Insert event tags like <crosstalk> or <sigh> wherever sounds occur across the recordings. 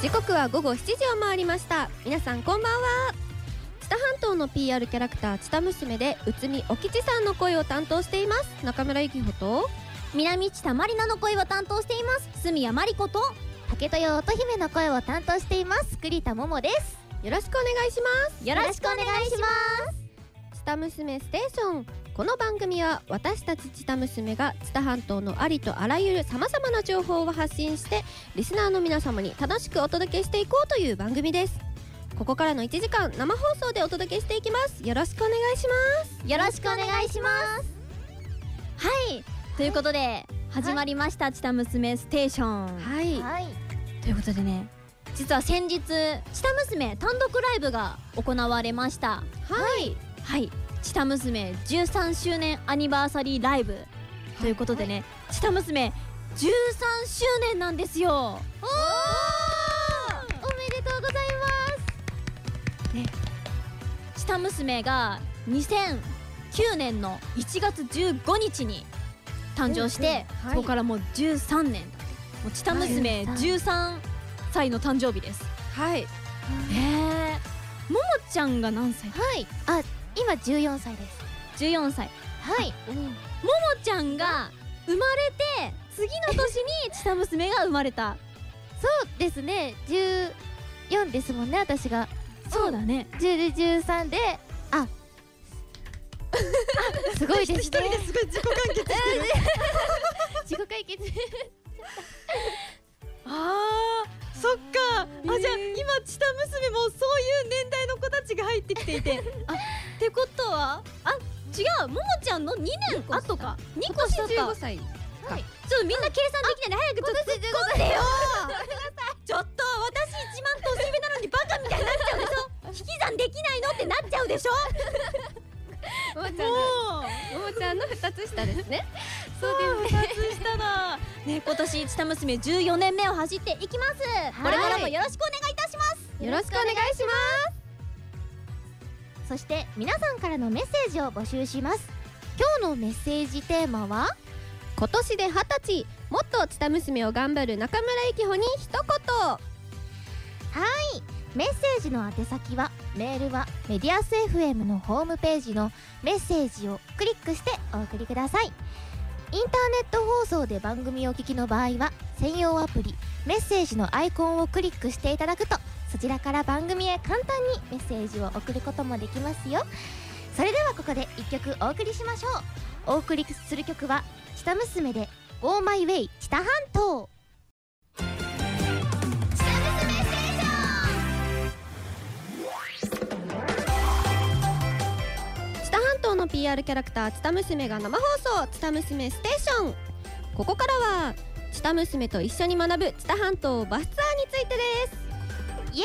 時刻は午後7時を回りました皆さんこんばんは知多半島の PR キャラクター知多娘で内海お吉さんの声を担当しています中村ゆきほと南千田まりなの声を担当しています住谷まりこと竹豊乙姫の声を担当しています栗田桃ですよろしくお願いしますよろしくお願いしますチタ娘ステーションこの番組は私たちチタ娘がチタ半島のありとあらゆるさまざまな情報を発信してリスナーの皆様に楽しくお届けしていこうという番組ですここからの1時間生放送でお届けしていきますよろしくお願いしますよろしくお願いしますはいということで始まりました「チタ娘ステーション」はい、はい、ということでね実は先日「チタ娘」単独ライブが行われましたはい、はい「チタ娘」13周年アニバーサリーライブということでね「チタ娘」13周年なんですよおおおめでとうございますねチタ娘が2009年の1月15日に誕生して、うんうんはいそこからもう13年もうチタ娘はい13歳の誕生日ですはい、へえももちゃんが何歳はい、あ、今十四歳です。 14歳はい、ちゃんが生まれて次の年にちた娘が生まれたそうですね、十四ですもんね、私がそうだね十で十三で、あ、あすごいですね。すごい自己完結自己解決。あーそっかあじゃあ今ちた娘もそういう年代の子たちが入ってきてい <laughs> てあってことはあ違うももちゃんの2年後か2個下今年15か歳ちょっとみんな計算できないんで早くちょっと突っ込んでよちょっと私一番年上なのにバカみたいになっちゃうでしょ引き算できないのってなっちゃうでしょももちゃんのもうももちゃんの2つ下ですねそうですね。しただ。ね、今年ちた娘14年目を走っていきます。これからもよろしくお願いいたします。よろしくお願いしまそして皆さんからのメッセージを募集します。今日のメッセージテーマは、す今年で20歳もっとチタ娘を頑張る中村ゆきほに一言メッセージの宛先はメールはメディアス FM のホームページのメッセージをクリックしてお送りくださいインターネット放送で番組をお聞きの場合は専用アプリメッセージのアイコンをクリックしていただくとそちらから番組へ簡単にメッセージを送ることもできますよそれではここで1曲お送りしましょうお送りする曲は「チタ娘」で「ゴーマイウェイチタ半島」知多半島の PR キャラクター知多娘が生放送知多娘ステーションここからは知多娘と一緒に学ぶ知多半島バスツアーについてですイエ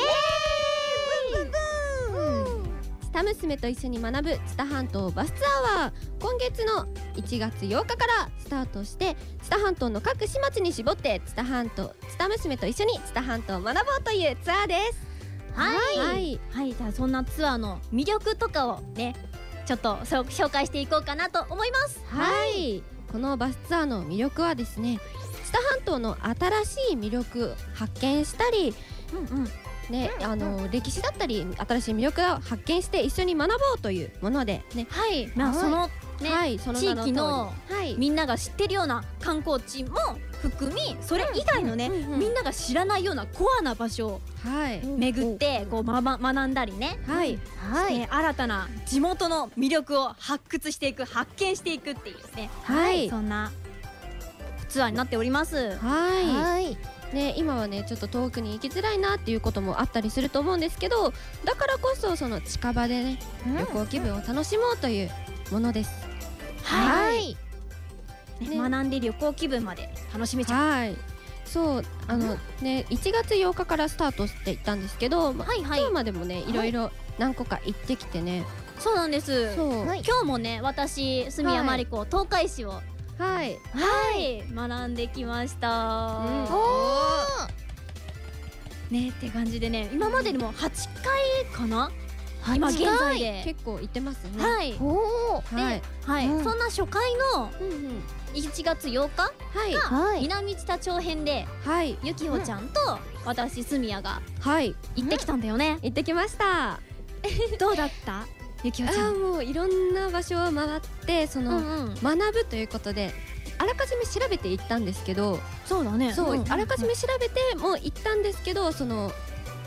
ーイ知多娘と一緒に学ぶ知多半島バスツアーは今月の1月8日からスタートして知多半島の各市町に絞って知多半島知多娘と一緒に知多半島を学ぼうというツアーですはい。ははいい、じゃあそんなツアーの魅力とかをね、ちょっとそう紹介していこうかなと思います。はい、このバスツアーの魅力はですね知多半島の新しい魅力を発見したり、うんうん。ねうんあの歴史だったり新しい魅力を発見して一緒に学ぼうというもので、ねはい。まあはいそのねはい、その名の地域の通りはい、みんなが知ってるような観光地も含み、それ以外のうねんうんうんう、んみんなが知らないようなコアな場所をはい、巡ってこうまま学んだりね。はい、はえー新たな地元の魅力を発掘していく発見していくっていうね、はいそんなツアーになっております。ははいい、ね今はねちょっと遠くに行きづらいなっていうこともあったりすると思うんですけど、だからこそその近場でね旅行気分を楽しもうというものです。はいねね学んで旅行気分まで楽しめちゃう。はい。そうあのね1月8日からスタートしていったんですけど、まあはいは今日までもねいろいろ何個か行ってきてね。そうなんです。そうははいい。今日もね私住谷真理子東海市をははい。い学んできました。うんおねって感じでね今までにも8回かな今現在で結構行ってますね。はいおおで、はいうんそんな初回のうんうん1月8日はいがはい南知多町編ではいゆきほちゃんと私すみやがはい行ってきたんだよね、行ってきましたどうだったゆきあほちゃんーもういろんな場所を回ってその、んうん学ぶということであらかじめ調べていったんですけど、そうだねそう、んあらかじめ調べてもう行ったんですけどその、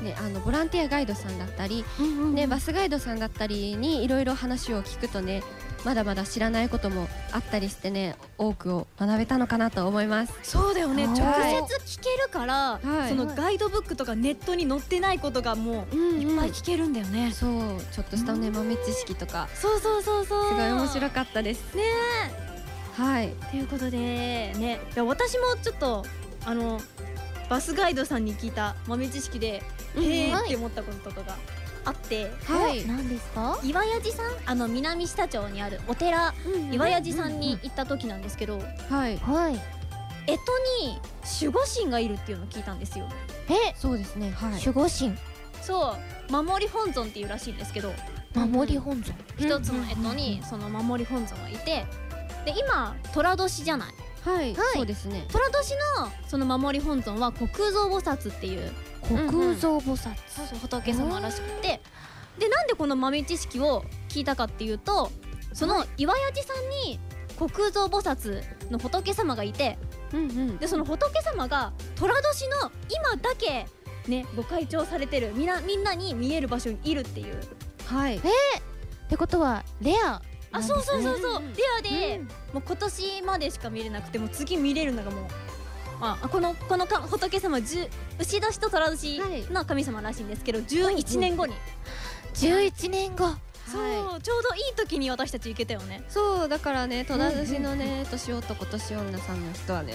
ね、あのボランティアガイドさんだったり、うんうんね、バスガイドさんだったりにいろいろ話を聞くとねまだまだ知らないこともあったりしてね多くを学べたのかなと思います。そうだよねは直い接聞けるから、はいそのガイドブックとかネットに載ってないことがもうんういっぱい聞けるんだよね、そうちょっとしたねうん豆知識とかそうそうそうそうすごい面白いかったです。ねはいということでねいや私もちょっとあのバスガイドさんに聞いた豆知識でうんへーはっいて思ったこととかがあってはい何ですか岩屋寺さんあの南下町にあるお寺岩屋寺さんに行った時なんですけどはいはい干支に守護神がいるっていうのを聞いたんですよえそうですねはい守護神そう守り本尊っていうらしいんですけど守り本尊一つの干支にその守り本尊がいてで今寅年じゃないはいはいそうですね寅年のその守り本尊は虚空蔵菩薩っていううん空蔵菩薩仏様らしくてでなんでこの豆知識を聞いたかっていうとその岩屋寺さんに虚空蔵菩薩の仏様がいてうんうんでその仏様が寅年の今だけねご開帳されてるみなみんなに見える場所にいるっていうはいってことはレアあそうそうそうそううんうんうんレアで、もう今年までしか見れなくてもう次見れるのがもうあこのこのか仏様じゅ牛年と寅年の神様らしいんですけど11年後に、 11年後そう、はちょうどいい時に私たち行けたよねいそうだからね戸田寿のね年男年女さんの人はね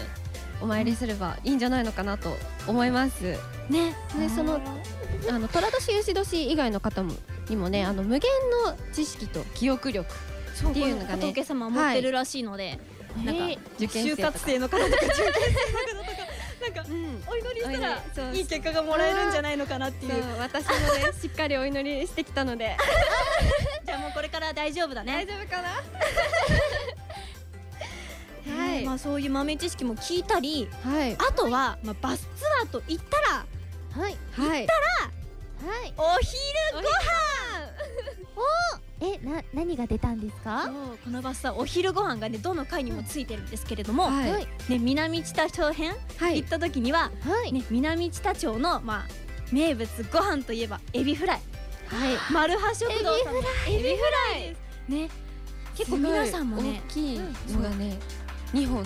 お参りすればいいんじゃないのかなと思いますねでそのあの寅年丑年以外の方もにもねあの無限の知識と記憶力っていうのがね仏様は持ってるらしいので、なんか、えー受験生就とか活生の方とか中学生の方 <laughs> とかなんかうんお祈りしたらそういい結果がもらえるんじゃないのかなっていそうう私もねしっかりお祈りしてきたの <laughs> でじゃあもうこれから大丈夫だ大ね丈夫かなは <laughs> はい、いまあ、そういう豆知識も聞いたりはいあとは、まあ、バスツアーと言ったらはいはいはいお昼ごえな何が出たんですかそうこのバスはお昼ご飯がねどの階にもついてるんですけれども、はいはいね南知多町編、はい行った時には、はいね南知多町のまあ名物ご飯といえばエビフライはいマルハ食堂さんのエビフライね結構皆さんもねすごい大きいのがね二本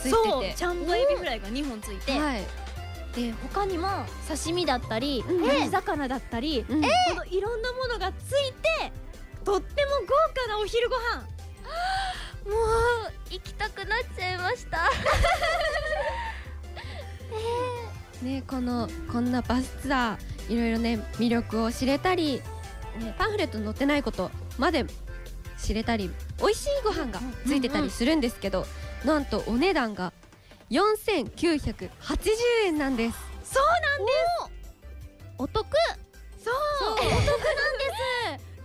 ついそうてちゃんとエビフライが2本ついて、てはいで他にも刺身だったりうん焼き魚だったり、うんほんといろんなものがついてとっても豪華なお昼ご飯もう行きたくなっちゃいましたねこのこんなバスツアーいろいろね魅力を知れたり、ね、パンフレットに載ってないことまで知れたり美味しいご飯がついてたりするんですけど、なんとお値段が4980円なんですそうなんですお得そうお得なんです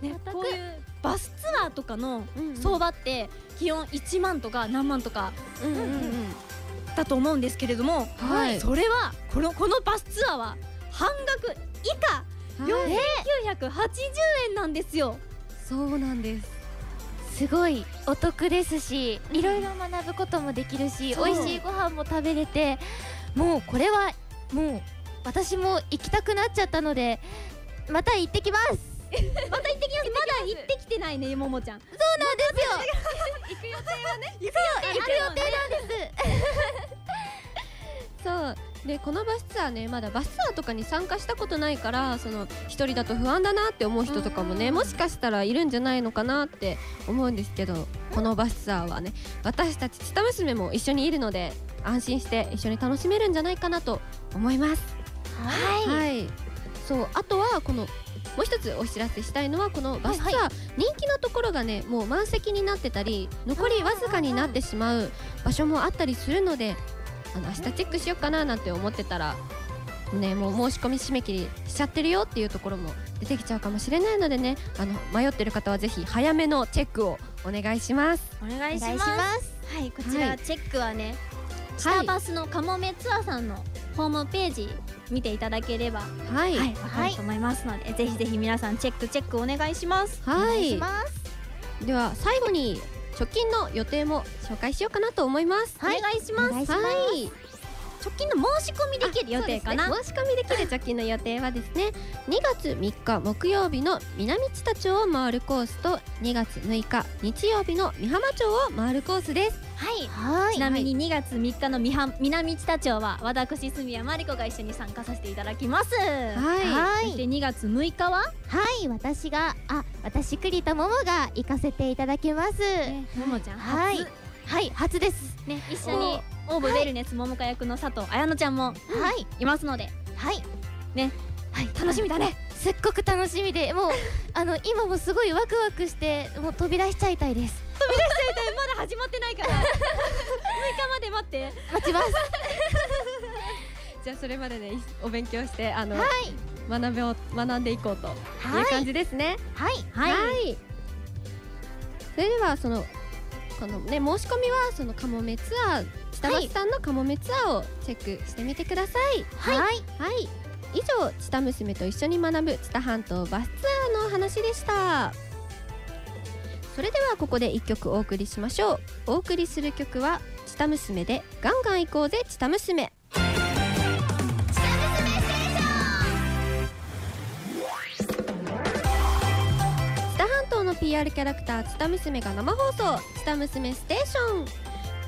ねお得こういうバスツアーとかのそ相場って基本1万とか何万とかう、うんうんうんだと思うんですけれども、はいそれはこのこのバスツアーは半額以下はい4980円なんですよそうなんですすごいお得ですしいろいろ学ぶこともできるしそう美味しいご飯も食べれてもうこれはもう私も行きたくなっちゃったのでまた行ってきますまた行ってきますまだ行ってきてないねももちゃんなんですよ行く予定そうでこのバスツアーねまだバスツアーとかに参加したことないからその一人だと不安だなって思う人とかもねうんもしかしたらいるんじゃないのかなって思うんですけどこのバスツアーはね私たちチタ娘も一緒にいるので安心して一緒に楽しめるんじゃないかなと思います。はいはい、そうあとはこのもう一つお知らせしたいのはこのバスツアー、はいは人気のところがねもう満席になってたり残りわずかになってしまう場所もあったりするのであの明日チェックしようかななんて思ってたら。ね、もう申し込み締め切りしちゃってるよっていうところも出てきちゃうかもしれないのでねあの迷ってる方はぜひ早めのチェックをお願いしますお願おいし願いしますますはいこちらはいチェックはね、スターバスのカモメツアーさんのホームページ見ていただければはいはい、わかると思いますので、ぜひぜひ皆さんチェックチェックお願いします。おは願いいしますでは最後に直近の予定も紹介しようかなと思いますお願いしおます。願いしますはい直近の申し込みできる予定かな。そうですね申し込みできる貯金の予定はですね2月3日木曜日の南知多町を回るコースと2月6日日曜日の美浜町を回るコースですはい。はいちなみに2月3日のみは南知多町は私住谷真理子が一緒に参加させていただきます。はいはそいして2月6日は、はい私があ私栗田桃が行かせていただきますももちゃん初、はいはい初ですね一緒にオーブウェルネス桃花役の佐藤綾乃ちゃんもはいいますので、はいねはい楽しみだね。すっごく楽しみでもうあの今もすごいワクワクしてもう飛び出しちゃいたいですまだ始まってないから6日まで待って。<laughs> 待ちますじゃあそれまでねいお勉強してあの、は学べを学んでいこうというはい感じですねはいはいいそれではそのこのね申し込みはそのカモメツアー北はい橋さんのカモメツアーをチェックしてみてくださいはいはい以上「チタ娘と一緒に学ぶチタ半島バスツアー」のお話でしたそれではここで1曲お送りしましょうお送りする曲は「チタ娘」で「ガンガン行こうぜチタ娘チタ半島の PR キャラクターチタ娘が生放送「チタ娘ステーション」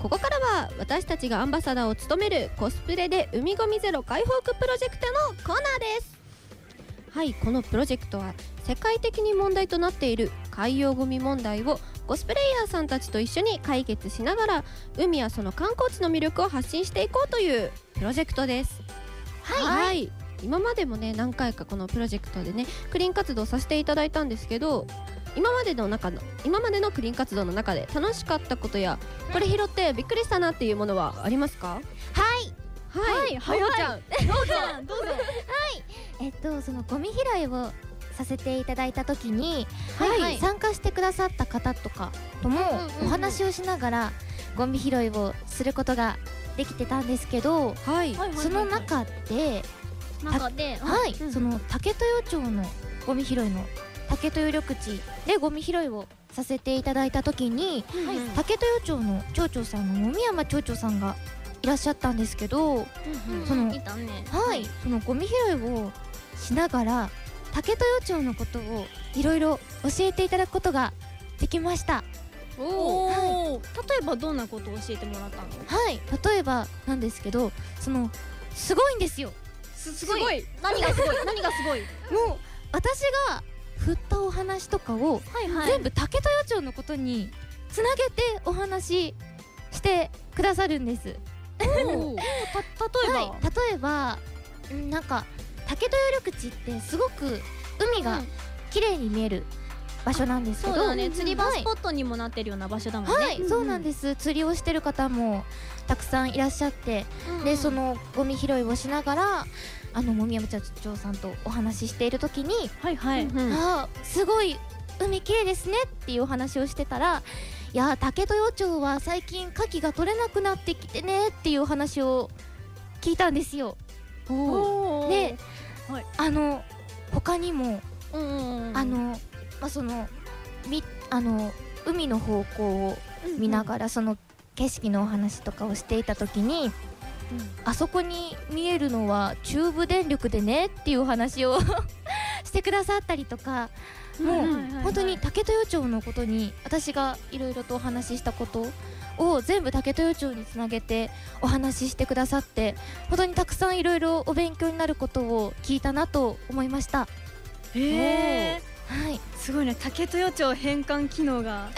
ここからは私たちがアンバサダーを務めるコスプレで海ゴミゼロ解放区プロジェクトのコーナーですはいこのプロジェクトは世界的に問題となっている海洋ゴミ問題をコスプレイヤーさんたちと一緒に解決しながら海やその観光地の魅力を発信していこうというプロジェクトですはいい今までもね何回かこのプロジェクトでねクリーン活動させていただいたんですけど今までの中の今までのクリーン活動の中で楽しかったことやこれ拾ってびっくりしたなっていうものはありますかはいはい、はいももちゃんどうぞどうぞ。えっとそのゴミ拾いをさせていただいた時に、はい参加してくださった方とかともうんうんうんお話をしながらゴミ拾いをすることができてたんですけどはいはいはいはいはいその中で、中で、はい、うんその竹豊町のゴミ拾いの竹豊緑地でゴミ拾いをさせていただいた時にはい竹豊町の町長さんの野見山町長さんがいらっしゃったんですけど、うんそのいたね。はい、そのゴミ拾いをしながら竹豊町のことをいろいろ教えていただくことができましたおおおお、例えばどんなことを教えてもらったの？はい例えばなんですけどそのすごいんですよすすご。い何がすごい？何がすごい？もう私が振ったお話とかをはいは全部竹豊町のことにつなげてお話ししてくださるんです。おーた例えば、はい、例えばうんなんか竹豊緑地ってすごく海が綺麗に見える場所なんですけそど、うだね、釣り場はいスポットにもなってるような場所だもんね。はい、そうなんです釣りをしてる方もたくさんいらっしゃって、でそのゴミ拾いをしながらあのもみやま町長さんとお話ししている時にはいはい。うんあーすごい海綺麗ですねっていうお話をしてたらいやー竹豊町は最近牡蠣が取れなくなってきてねっていうお話を聞いたんですよおーおーで、はいあの他にも、うんうんうんあの、まあ、そのみあの海の方向を見ながらその景色のお話とかをしていた時に、あそこに見えるのは中部電力でねっていうお話を <laughs> してくださったりとかもう、うん本当にた竹豊町のことに私がいろいろとお話ししたことを全部竹豊町につなげてお話ししてくださって本当にたくさんいろいろお勉強になることを聞いたなと思いましたはへーいすごいね竹豊町変換機能 <laughs> がは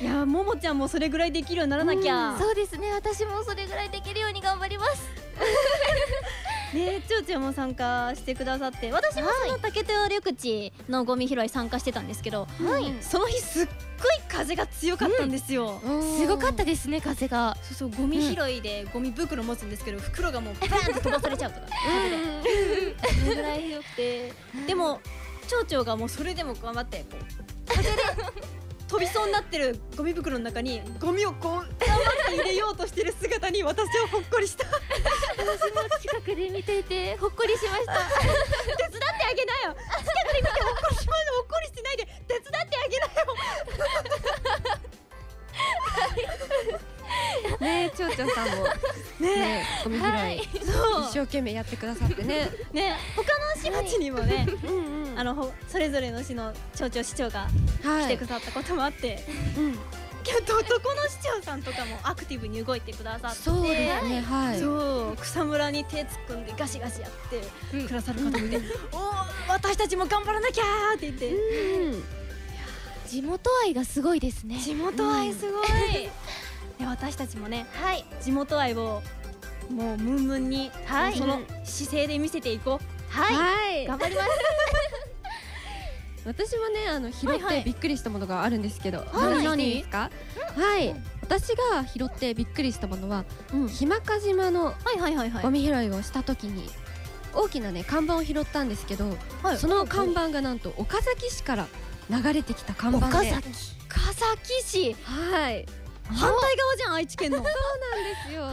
いいやももちゃんもそれぐらいできるようにならなきゃ、そうですね私もそれぐらいできるように頑張りますねちょうちゃんも参加してくださって私もその竹豊緑地のゴミ拾い参加してたんですけど、はいうんその日すっごい風が強かったんですよ、すごかったですね風がそうそうゴミ拾いでゴミ袋持つんですけど袋が <laughs> もうバーンと飛ばされちゃうとかそれぐ <laughs> らいひどくてでも町長がもうそれでも頑張ってこう風でびそうになってるゴミ袋の中にゴミをこう頑張って入れようとしてる姿に私はほっこりした手近くで見てい <laughs> てほっこりしました伝ってあげなよ近くで見てほっこりしまいほっこりしてないで手伝ってあげなよねえちょうちょさんもねねゴミ拾いえそう一生懸命やってくださってねね他の市町にもね、うんうんあのほそれぞれの市の町長市長が来はていくださったこともあって、うんけどどこの市長さんとかもアクティブに動いてくださってそうですねはいそう草むらに手突っ込んでガシガシやってくださる方もいて、おー私たちも頑張らなきゃーって言って、うん地元愛がすごいですね地元愛す <laughs> ごい、で私たちもねはい地元愛をもうムンムンに、はいその姿勢で見せていこはい、はい頑張ります私もねあの拾っはいはていびっくりしたものがあるんですけど、い何ですかはい私が拾ってびっくりしたものは、ひまか島のうはいはいはいはゴミ拾いをした時に大きなね看板を拾ったんですけど、はいその看板がなんと岡崎市から流れてきた看板で岡崎市はい反対側じゃん愛知県のですよ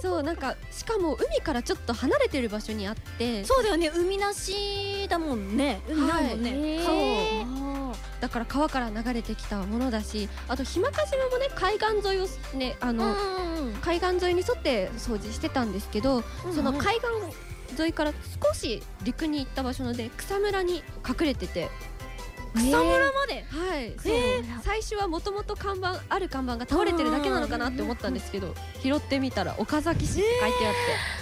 そうなんかしかも海からちょっと離れてる場所にあってそうだよね海なしだもんね海ないもんね、へだから川から流れてきたものだしあと日間か島もね海岸沿いをねあの、海岸沿いに沿って掃除してたんですけど、その海岸沿いから少し陸に行った場所ので草むらに隠れてて草むらまで、はい、そう最初はもともと看板ある看板が倒れてるだけなのかなって思ったんですけど拾ってみたら岡崎市って書いてあ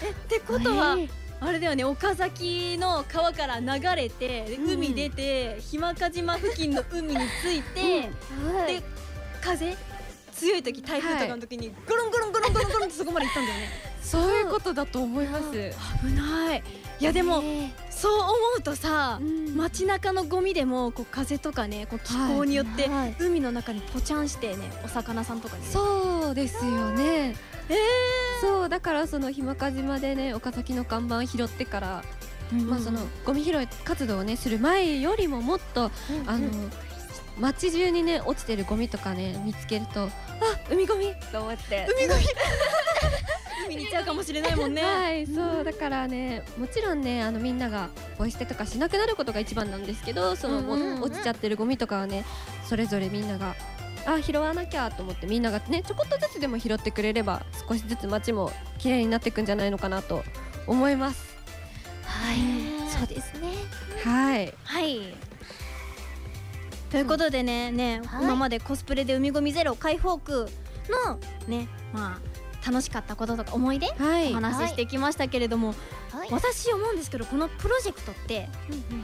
って、ってことは、あれだよね岡崎の川から流れてでうん海出て、日間賀島付近の海について、で風強い時台風とかの時にゴロンゴロンゴロンゴロンゴロンってそこまで行ったんだよねそういうことだと思います。危ないいやでも、そう思うとさ、うん街中のゴミでもこう風とかねこう気候によって、はい海の中にポチャンしてねお魚さんとかにねそうですよね。えそうだからそのひまか島でね岡崎の看板拾ってから、まあそのゴミ拾い活動をねする前よりももっと、あの街中にね落ちてるゴミとかね見つけるとあ海ゴミと思って。海ゴ <laughs> ミ海に行っちゃうかもしれないもんねはいそうだからねもちろんねあのみんながポイ捨てとかしなくなることが一番なんですけどその、うんうんうん落ちちゃってるゴミとかはねそれぞれみんながあ拾わなきゃと思ってみんながねちょこっとずつでも拾ってくれれば少しずつ街も綺麗になっていくんじゃないのかなと思います。はいそうですねはいはい。ということでね、ね、はい今までコスプレで海ゴミゼロ解放区のね、まあ楽しかったこととか思い出はいお話ししてきましたけれども、はい私思うんですけどこのプロジェクトって、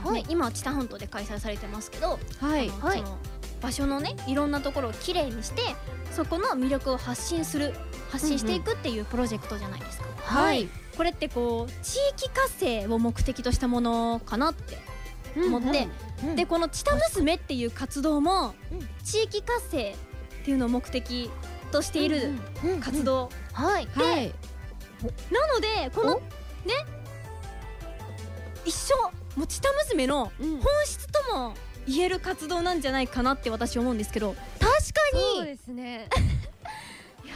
はねい、今知多半島で開催されてますけど、はいあのはいその場所のねいろんなところをきれいにしてそこの魅力を発信する発信していくっていうプロジェクトじゃないですか。はいこれってこう地域活性を目的としたものかなって思って、うんでこの「チタ娘」っていう活動もうん地域活性っていうのを目的としている活動、はいはいなのでこのね一生もうチタ娘のうん本質とも言える活動なんじゃないかなって私思うんですけど確かそうにですね。いや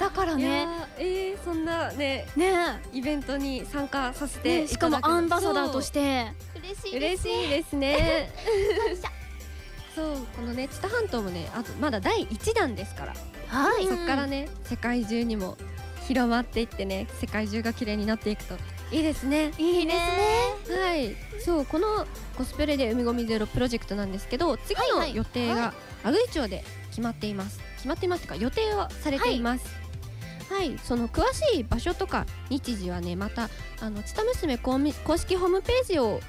だからーいねやーえーそんなねねイベントに参加させてねしかもアンバサダーとしてて嬉しいで嬉すしいですね。そうこのね知多半島もねあとまだ第1弾ですから、はそこからね世界中にも広まっていってね世界中が綺麗になっていくといいですね。いいねはいそうこのコスプレで海ゴミゼロプロジェクトなんですけど次はのいはい予定が阿久比町で決まっています決まっていますというか予定はされています。はい、その詳しい場所とか日時はねまたあのちた娘公み公式ホームページを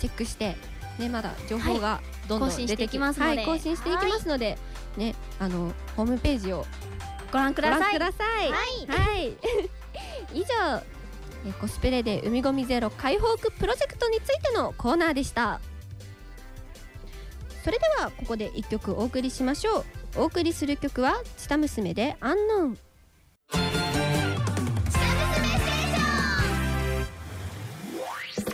チェックしてねまだ情報がどんどん更新出してていきますのではい、更新していきますので、ねあのホームページをご覧ごくだ覧さいください。はい、 <laughs> 以上えコスプレで海ゴミゼロ解放区プロジェクトについてのコーナーでしたそれではここで一曲お送りしましょうお送りする曲は「チタ娘」で「アンノーン」チ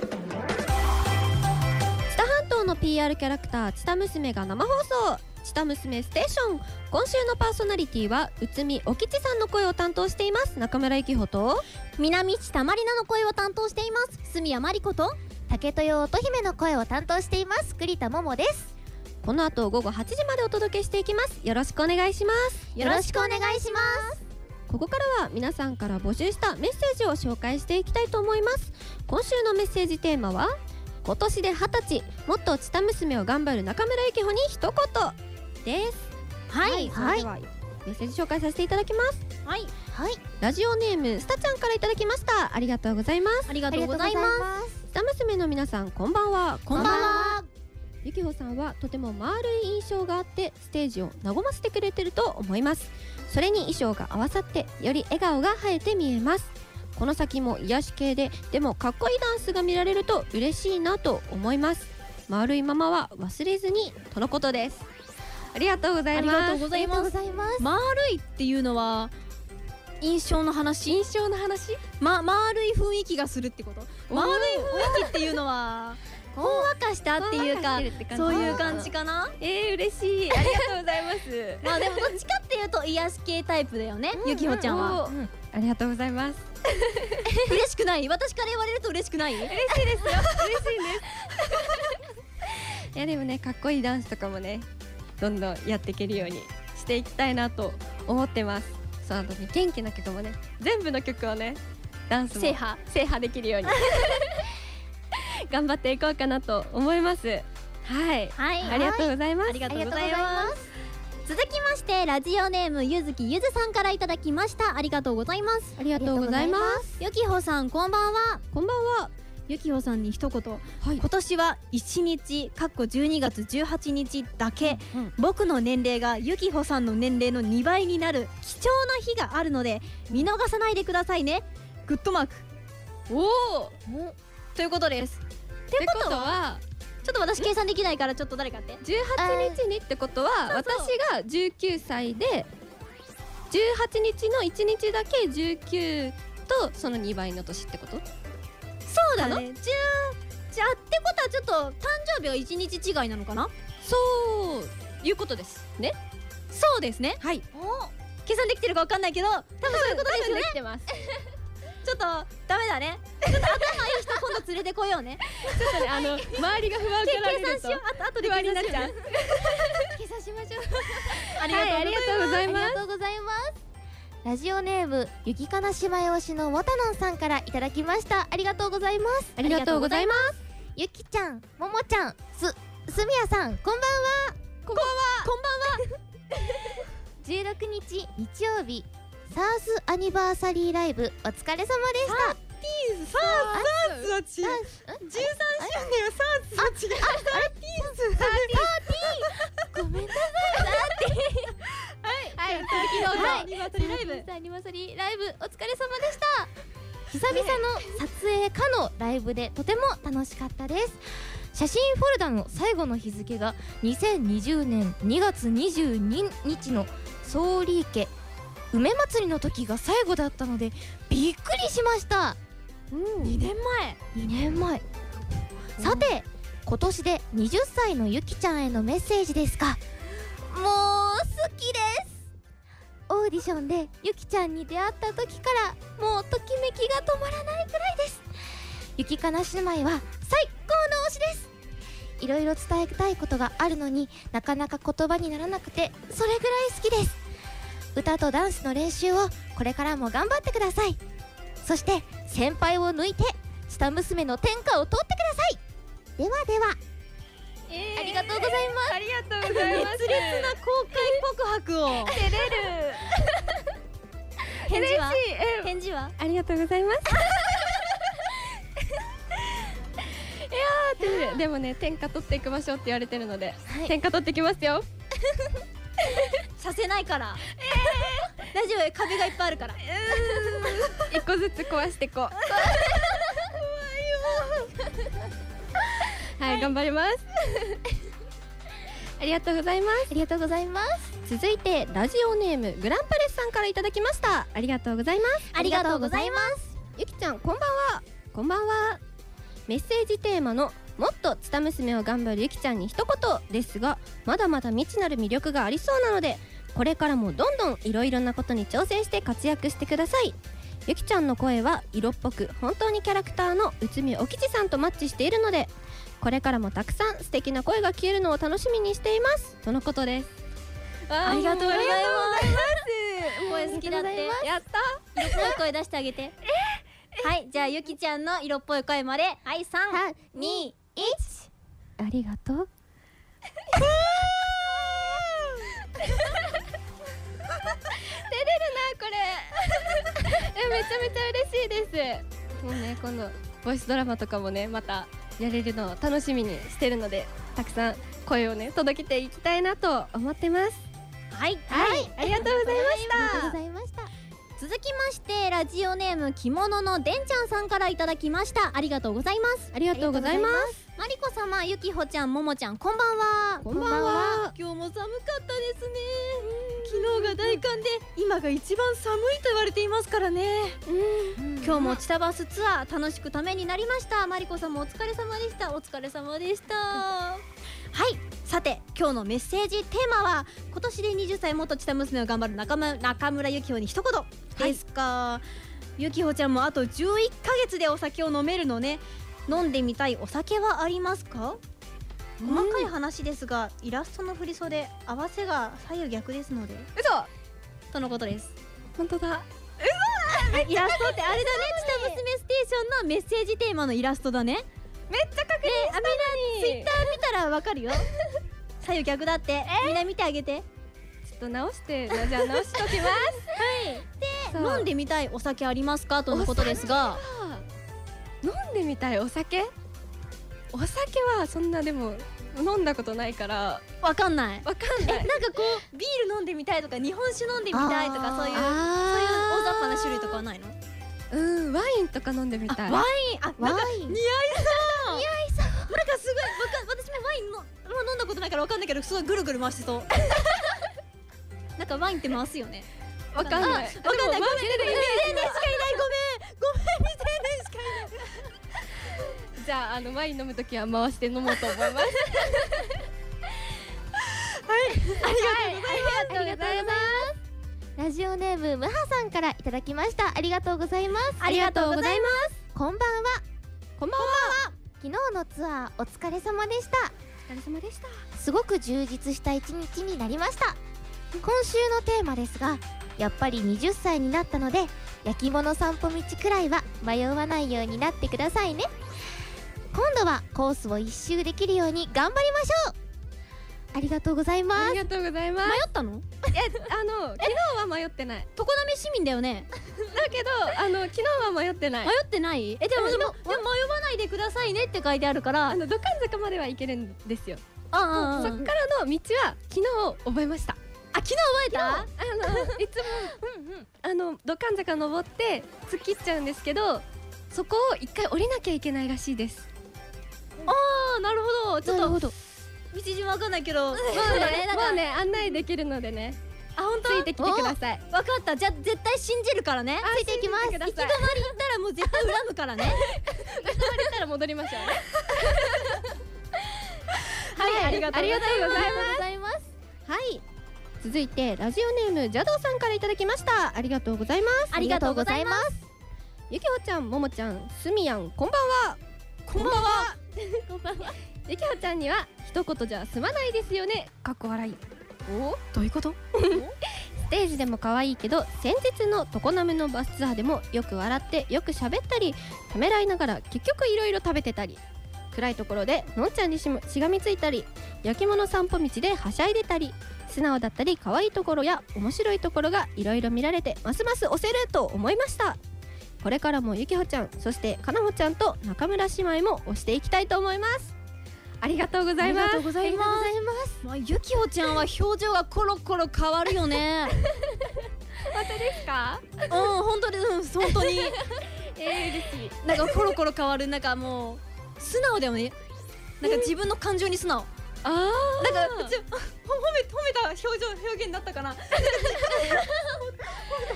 タ半島の PR PR キャラクターチタ娘が生放送チタ娘ステーション今週のパーソナリティは内海おきちさんの声を担当しています中村ゆきほと南市たまりなの声を担当しています住谷真理子と竹豊乙姫の声を担当しています栗田桃ですこの後午後8時までお届けしていきますよろしくお願いしますよろしくお願いしますここからは皆さんから募集したメッセージを紹介していきたいと思います今週のメッセージテーマは今年で二十歳もっとチタ娘を頑張る中村ゆきほに一言ですはいは、はいいそれではメッセージ紹介させていただきますはいはいラジオネームスタちゃんからいただきましたありがとうございますありがあとうございますすスタ娘の皆さんこんばんはここんばんはゆきほさんはとても丸い印象があってステージを和ませてくれてると思いますそれに衣装が合わさってより笑顔が生えて見えますこの先も癒し系ででもかっこいいダンスが見られると嬉しいなと思います丸いままは忘れずにとのことですありがとうござあいりますがとうごあざりいがとうごますざいます丸いっていうのは印象の話印象の話ま丸い雰囲気がするってこと丸い雰囲気っていう <laughs> のはほんわかしたっていうかそういう感じかなえー、嬉しいありがとうございますまあでもどっちかっていうと癒し系タイプだよねゆきほちゃんはおありがとうございます <laughs> 嬉しくない私から言われると嬉しくないいやでもねかっこいいダンスとかもねどんどんやっていけるようにしていきたいなと思ってますその後に元気な曲もね全部の曲をねダンスも制覇制覇できるように頑張っていこうかなと思いますはいはいありがとうございますありあがとりがとうごうござざいいまますす続きましてラジオネームゆずきゆずさんからいただきましたありがとうございますありがとうございますゆきほさんこんばんはこんばんはゆきほさんに一言はい今年は1日かっこ12月18日だけ、うん僕の年齢がゆきほさんの年齢の2倍になる貴重な日があるので見逃さないでくださいねグッドマークおおということですってことはちょっと私計算できないからちょっと誰かやって18日にってことはそうそう私が19歳で18日の1日だけ19とその2倍の年ってことそうだねじゃあじゃあってことはちょっと誕生日は1日違いなのかなそういうことですねそうですねはい計算できてるかわかんないけど多分そういうことですよねできてますちょっとダメだねちょっと頭いい人今度連れてこようねあの周りが不安計がられ算るしとようあと後で不計安に算なっしよちゃうう計算しましょうありはいありがとうございあますりがとうございます。ラジオネームゆきかな姉妹推しのわたのんさんからいただきました。ありがとうございます。。ありがとうございますゆきちゃん、ももちゃん、す、すみやさん、こんばんは。こんばんは。こんばんは。 <laughs> 十六日日曜日。サースアニバーサリーライブお疲れ様でした。さあさあはち13周年はさあさあごめんな <laughs> はい続違うはい今撮りライブさい。アニバーサリーライブお疲れ様でした。久々の撮影かのライブでとても楽しかったです。写真フォルダの最後の日付が2020年2月22日の総理家梅祭りの時が最後だったのでびっくりしました。 2年前2年前さて今年で20歳のゆきちゃんへのメッセージですかもう好きですオーディションでゆきちゃんに出会った時からもうときめきが止まらないくらいですゆきかな姉妹は最高の推しですいろいろ伝えたいことがあるのになかなか言葉にならなくてそれぐらい好きです歌とダンスの練習をこれからも頑張ってくださいそして先輩を抜いて下娘の天下を取ってくださいではではありがとうございます、ありがとうございます熱烈な公開告白を照れる返事は嬉しいえ返事はありがとうございますいやーでもでもね天下取っていきましょうって言われてるので、はい天下取ってきますよさせないから大丈夫壁がいっぱいあるから一個ずつ壊していこうはい、頑張りますありがとうございますありがとうございます続いてラジオネームグランパレスさんからいただきましたありがとうございますありがとうございますゆきちゃんこんばんはこんばんはメッセージテーマのもっとツタ娘を頑張るゆきちゃんに一言ですがまだまだ未知なる魅力がありそうなのでこれからもどんどんいろいろなことに挑戦して活躍してくださいゆきちゃんの声は色っぽく本当にキャラクターの内海おきちさんとマッチしているのでこれからもたくさん素敵な声が消えるのを楽しみにしていますとのことですありがとうございます声好きだっありがとうごてざいますやった色っぽい声出してあげてはいじゃあゆきちゃんの色っぽい声まではい三二一ありがとうこれえめちゃめちゃ嬉しいですもうね今度ボイスドラマとかもねまたやれるのを楽しみにしてるのでたくさん声をね届けていきたいなと思ってます <laughs> はいはいありがとうございましありがとうたございました続きましてラジオネーム着物のでんちゃんさんからいただきましたありがとうございますありがとうございますマリコ様ゆきほちゃんももちゃんこんばんはこんばんは今日も寒かったですね昨日が大寒で今が一番寒いと言われていますからね今日もチタバスツアー楽しくためになりましたマリコさんもお疲れ様でしたお疲れ様でしたはいさて今日のメッセージテーマは今年で20歳元チタ娘を頑張る中村中村ゆきほに一言ですか、ゆきほちゃんもあと11ヶ月でお酒を飲めるのね飲んでみたいお酒はありますか細かい話ですが、イラストの振り袖合わせが左右逆ですので嘘とのことです本当だイラストってあれだね「ちた娘ステーション」のメッセージテーマのイラストだねめっちゃ確認したのに、ね、みんなツイッター見たらわかるよ左右逆だってみんな見てあげてちょっと直してじゃあ直しときます <laughs> はい飲んでみたいお酒ありますかとのことですが飲んでみたいお酒お酒はそんなでも飲んだことないからわかんないわかんえないなんかこうビール飲んでみたいとか日本酒飲んでみたいとかあーそういうそういう大雑把な種類とかはないのうんワインとか飲んでみたいワインあわなんかい似合いそう似合いそうなんかすごいわか私もワインのもう飲んだことないからわかんないけどすごいぐるぐる回してそう <laughs> なんかワインって回すよねわかんないあわかんないごめん2000年しかいないごめんごめん2000年しかいないじゃああのワイン飲むときは回して飲もうと思いますありがとうございますラジオネームムハさんからいただきましたありがとうございますありがとうございまこんばんはこんばんは昨日のツアーお疲れ様でしたお疲れ様でしたすごく充実した一日になりました今週のテーマですがやっぱり20歳になったので焼き物散歩道くらいは迷わないようになってくださいね今度はコースを一周できるように頑張りましょうありがとうございますありがとうございます迷ったのあの昨日は迷ってない常滑市民だよねだけどあの昨日は迷ってない迷ってないえでもででももでも迷わないでくださいねって書いてあるからあのドカン坂までは行けるんですよあそっからの道は昨日覚えましたあ昨日覚えたあのいつもあのドカン坂登って突っ切っちゃうんですけどそこを一回降りなきゃいけないらしいですあーなるほどちょっとと道順わかんないけどまもうねなんかもうね案内できるのでねあ本当ついてきてくださいわかったじゃあ絶対信じるからねついていきます行き止まり行ったらもう絶対恨 <laughs> むからね行ったら戻りましょ <laughs> うねはいありがとうございますありがとうございますございますはい続いてラジオネームジャドーさんからいただきましたありがとうございますありがとうございますゆきほちゃんももちゃんすみやんこんばんはこんばんはゆきほちゃんには一言じゃ済まないですよねかっこ笑いおどういうことステージでも可愛いけど先日の常滑のバスツアーでもよく笑ってよく喋ったりためらいながら結局いろいろ食べてたり暗いところでのんちゃんにしもしがみついたり焼き物散歩道ではしゃいでたり素直だったり可愛いところや面白いところがいろいろ見られてますます推せると思いましたこれからもゆきほちゃんそしてかなほちゃんと中村姉妹も推していきたいと思いますありがとうございますございあすりがとうございますまあゆきほちゃんは表情がコロコロ変わる <laughs> よねうん本当にうん <laughs> 本当にえー、嬉しいなんかコロコロ変わるなんかもう素直だよねなんか自分の感情に素直あなんかうち褒め褒めた表情表現だった <laughs> かな褒め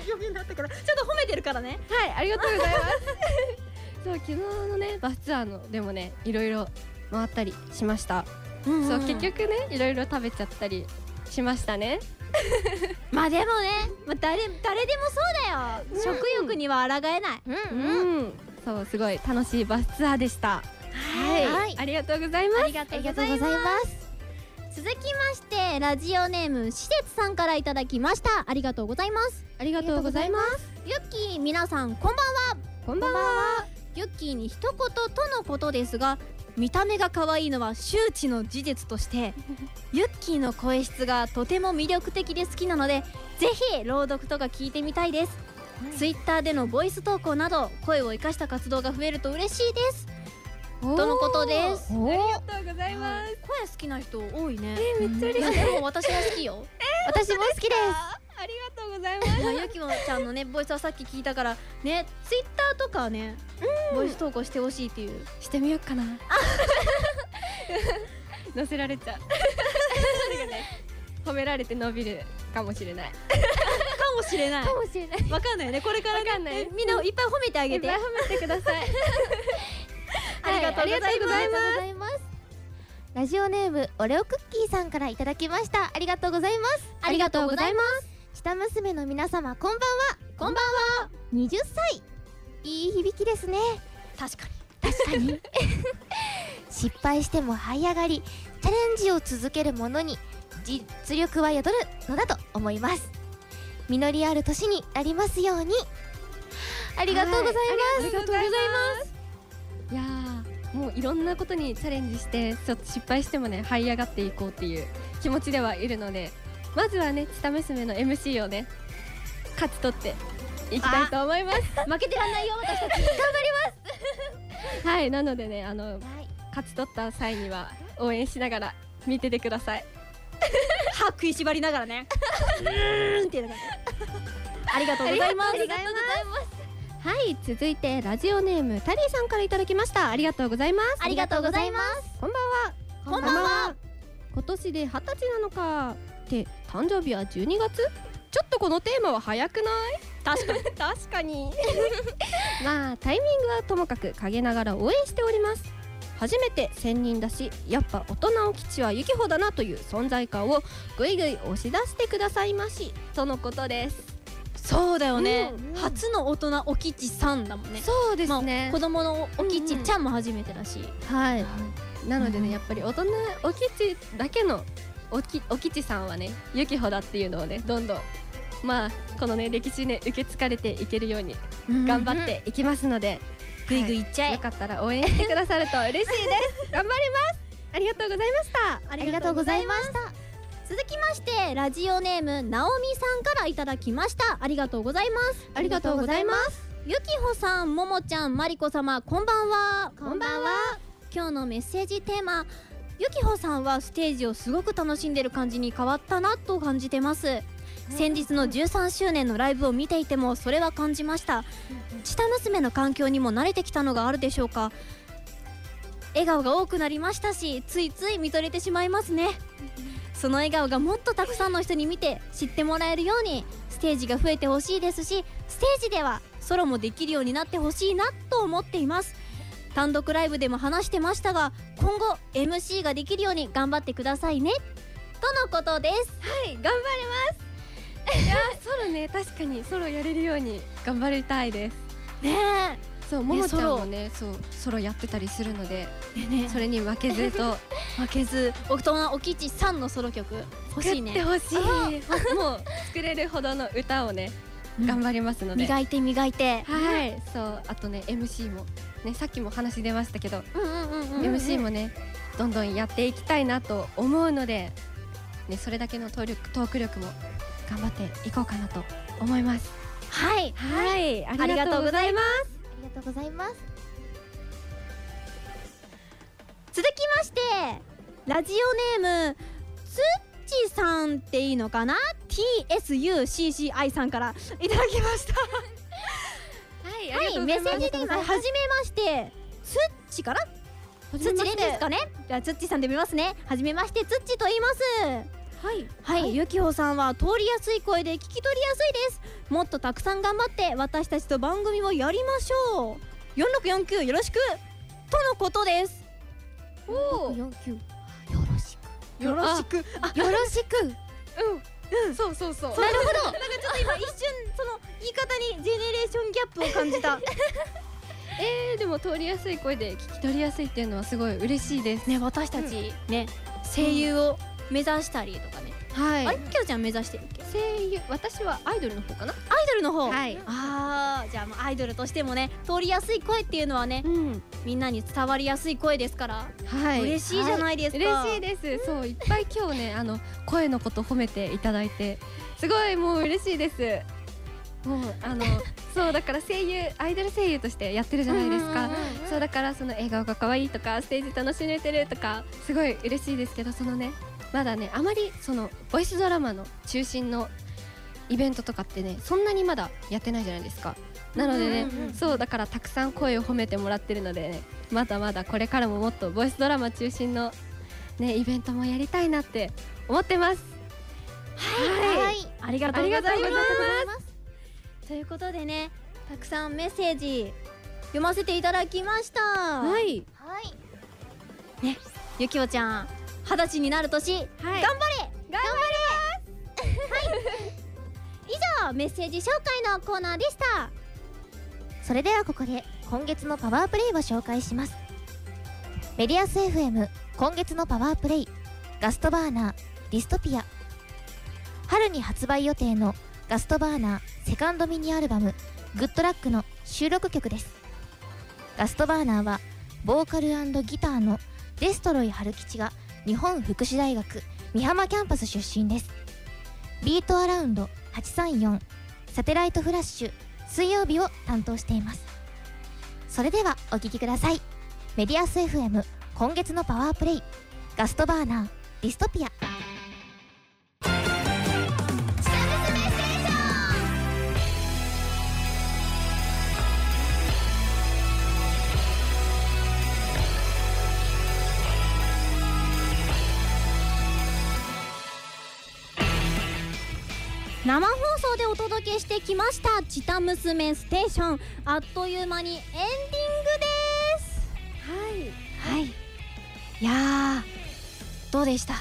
た表現だったからちょっと褒めてるからねあ <laughs> はいありがとうございますそう昨日のねバスツアーのでもねいろいろ回ったりしました、うんそう結局ねいろいろ食べちゃったりしましたねまあでもね、まあ、誰誰でもそうだよ、食欲には抗えないうんうんうんそうすごい楽しいバスツアーでしたはいありがとうございますありがありがとうございます続きましてラジオネーム施設さんからいただきましたありがとうございますありがとうございますゆっきー皆さんこんばんはこんばんはユッキーに一言とのことですが見た目が可愛いのは周知の事実として <laughs> ユッキーの声質がとても魅力的で好きなのでぜひ朗読とか聞いてみたいです、ツイッターでのボイス投稿など声を生かした活動が増えると嬉しいですとのことですおーありがとうございます声好きな人多いねえめっちゃい嬉しいやでも私は好きよ私も好きですありがとうございますまあゆきもちゃんのねボイスはさっき聞いたからねツイッターとかねボイス投稿してほしいっていうしてみようかな乗せられち <laughs> ゃう褒められて伸びるかもしれないかもしれないかもしれないわかんないねこれからわかんないねみんないっぱい褒めてあいげってぱい褒めてくだ <laughs> さいありがとうございますはありがとうございまありがとうございますラジオネームオレオクッキーさんからいただきましたありがとうございますありがとうございます下娘の皆様こんばんはこんばんは20歳いい響きですねす確かに確かに <laughs> 失敗しても這い上がりチャレンジを続ける者に実力は宿るのだと思います実りある年になりますようにありがとうございます、ありがとうございますいやーもういろんなことにチャレンジしてちょっと失敗してもね這い上がっていこうっていう気持ちではいるのでまずはねちた娘の MC をね勝ち取っていきたいと思います負けてらんないよ <laughs> 私たちはいなのでねあのはい勝ち取った際には応援しながら見ててください歯食いしばりながらねうーんっていうのがありがとうございますはい続いてラジオネームタリーさんからいただきましたありがとうございますありがとうございますこんばんはこんばんは今年で二十歳なのかって誕生日は12月ちょっとこのテーマは早くない <laughs> 確かに確かにまあタイミングはともかく陰ながら応援しております初めて専任だしやっぱ大人を吉はゆきほだなという存在感をぐいぐい押し出してくださいましとのことですそうだよねうんうん初の大人おきちさんだもんねそうでまあ子供のおきうちんうんちゃんも初めてだしはいなのでうねんやっぱり大人おきちだけのおきおきちさんはねゆきほだっていうのをねどんどんまあこのね歴史ね受け継がれていけるように頑張っていきますので、ぐいぐいいっちゃよえかったら応援してくださると嬉しいです頑張りますありがとうございましたあありがとうございすました続きましてラジオネームなおみさんからいただきましたありがとうございますありがとうございますゆきほさんももちゃんまりこ様こんばんはこんばんは今日のメッセージテーマゆきほさんはステージをすごく楽しんでる感じに変わったなと感じてます先日の13周年のライブを見ていてもそれは感じましたチタ娘の環境にも慣れてきたのがあるでしょうか笑顔が多くなりましたしついつい見とれてしまいますねその笑顔がもっとたくさんの人に見て知ってもらえるようにステージが増えてほしいですしステージではソロもできるようになってほしいなと思っています単独ライブでも話してましたが今後 MC ができるように頑張ってくださいねとのことですはい頑張りますい <laughs> やソロね確かにソロやれるように頑張りたいですねそうももちゃんもねそうソロやってたりするのでえねえねそれに負けずとえ負けず大人おきちさんのソロ曲欲しい作ねってほしいもう作れるほどの歌をね頑張りますので、磨いて磨いてはいそうあとね MC もねさっきも話出ましたけど、うんうんうんうん MC もねどんどんやっていきたいなと思うので、ね、それだけのトー力トーク力も頑張っていこうかなと思いますはいはい、ありがとうございますありがとうございます続きましてラジオネームつっちさんっていいのかな TSUCCI さんからいただきましたはいあはりがというごメざッいますセージテーマはじめましてつっちかなはつじっめちまでいしいんてですかねじゃあつっちさんで見ますねはじめましてつっちと言いますはいはい、ゆきほさんは通りやすい声で聞き取りやすいですもっとたくさん頑張って私たちと番組をやりましょう4649よろしくとのことですおよろしくよろしくあよろしくうんうんそうそうそうなるほどちょっと今一瞬その言い方にジェネレーションギャップを感じたえー、でも通りやすい声で聞き取りやすいっていうのはすごい嬉しいです <laughs> ね私たちね声優を目指したりとかねはいあれきょうちゃん目指してるっけ声優私はアイドルの方かなアイドルの方はいあーじゃあもうアイドルとしてもね通りやすい声っていうのはねうんみんなに伝わりやすい声ですから、はい嬉しいじゃないですか、嬉しいですそういっぱい今日ねあの声のこと褒めていただいてすごいもう嬉しいですもうあのそうだから声優アイドル声優としてやってるじゃないですかそうだからその笑顔が可愛いとかステージ楽しめてるとかすごい嬉しいですけどそのねまだねあまりそのボイスドラマの中心のイベントとかってねそんなにまだやってないじゃないですかなのでね、うんうんうんそうだからたくさん声を褒めてもらってるのでねまだまだこれからももっとボイスドラマ中心のねイベントもやりたいなって思ってますはい、はありがとあうごりざがいとまうすございますということでねたくさんメッセージ読ませていただきました、はいはいゆきおちゃん二十歳になる年はい頑張れ頑張れはい以上メッセージ紹介のコーナーでしたそれではここで今月のパワープレイを紹介しますメディアス FM 今月のパワープレイガストバーナーディストピア春に発売予定のガストバーナーセカンドミニアルバムグッドラックの収録曲ですガストバーナーはボーカルギターのデストロイ春吉が日本福祉大学美浜キャンパス出身ですビートアラウンド834サテライトフラッシュ水曜日を担当していますそれではお聴きくださいメディアス FM 今月のパワープレイガストバーナーディストピア生放送でお届けしてきました「チタ娘ステーション」あっという間にエンディングですはいはいいやーどうでした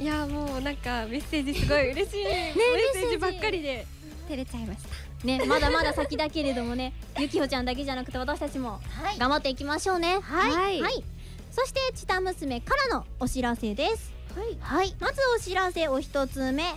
いやもうなんかメッセージすごい嬉しい、メッセージばっかりで照れちゃいましたねまだまだ先だけれどもね <laughs> ゆきほちゃんだけじゃなくて私たちもはい頑張っていきましょうねはいはい、そしてチタ娘からのお知らせですはい、はい、まずお知らせお一つ目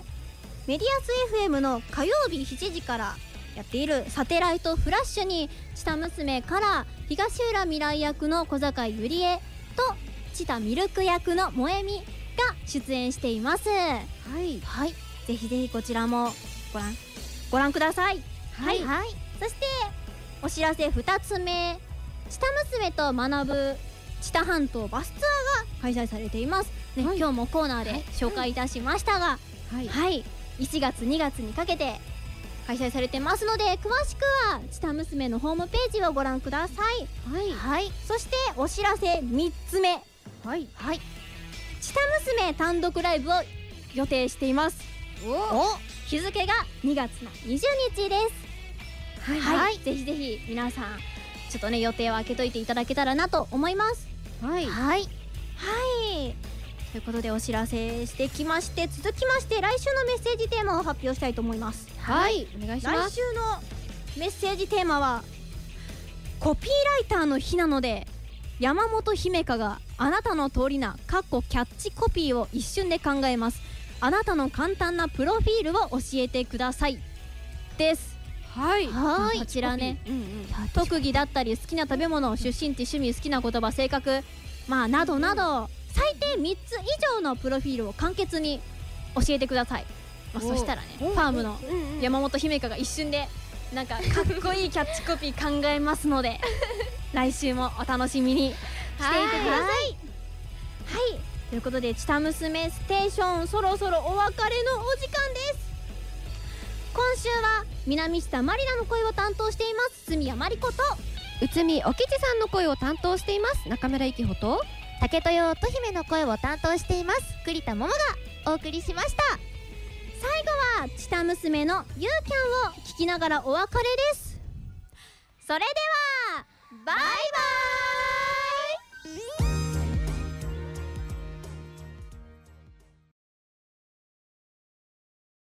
メディアス FM の火曜日7時からやっているサテライトフラッシュにチタ娘から東浦未来役の小坂ゆりえとチタミルク役の萌実が出演していますはいはいぜひぜひこちらもご覧ご覧くださいはい、はいそしてお知らせ2つ目チタ娘と学ぶ知多半島バスツアーが開催されています、ねはい今日もコーナーで紹介いたしましたが、はいはい、1月2月にかけて開催されてますので詳しくは「ちた娘」のホームページをご覧くださいはいはいそしてお知らせ3つ目はいはい「ちた娘」単独ライブを予定していますおお日付が2月の20日ですはいはい、はぜひぜひ皆さんちょっとね予定を空けといていただけたらなと思いますはいはいはいということでお知らせしてきまして続きまして来週のメッセージテーマを発表したいと思いますはいお願いしま来す週のメッセージテーマはコピーライターの日なので山本姫香があなたの通りなかっこキャッチコピーを一瞬で考えますあなたの簡単なプロフィールを教えてくださいですはいこちらねうんうん特技だったり好きな食べ物出身地趣味好きな言葉性格まあなどなど最低3つ以上のプロフィールを簡潔に教えてください、まあ、おそしたらねファームのうんうん山本姫香が一瞬でなんかかっこいいキャッチコピー考えますので来週もお楽しみにしていてください。はいということで「ちた娘ステーション」そろそろお別れのお時間です今週は南下まりなの声を担当しています住谷まり子と内海おきちさんの声を担当しています中村ゆきほと竹豊乙姫の声を担当しています栗田桃がお送りしました最後はちた娘の「ゆうきゃん」を聞きながらお別れですそれではバイバイ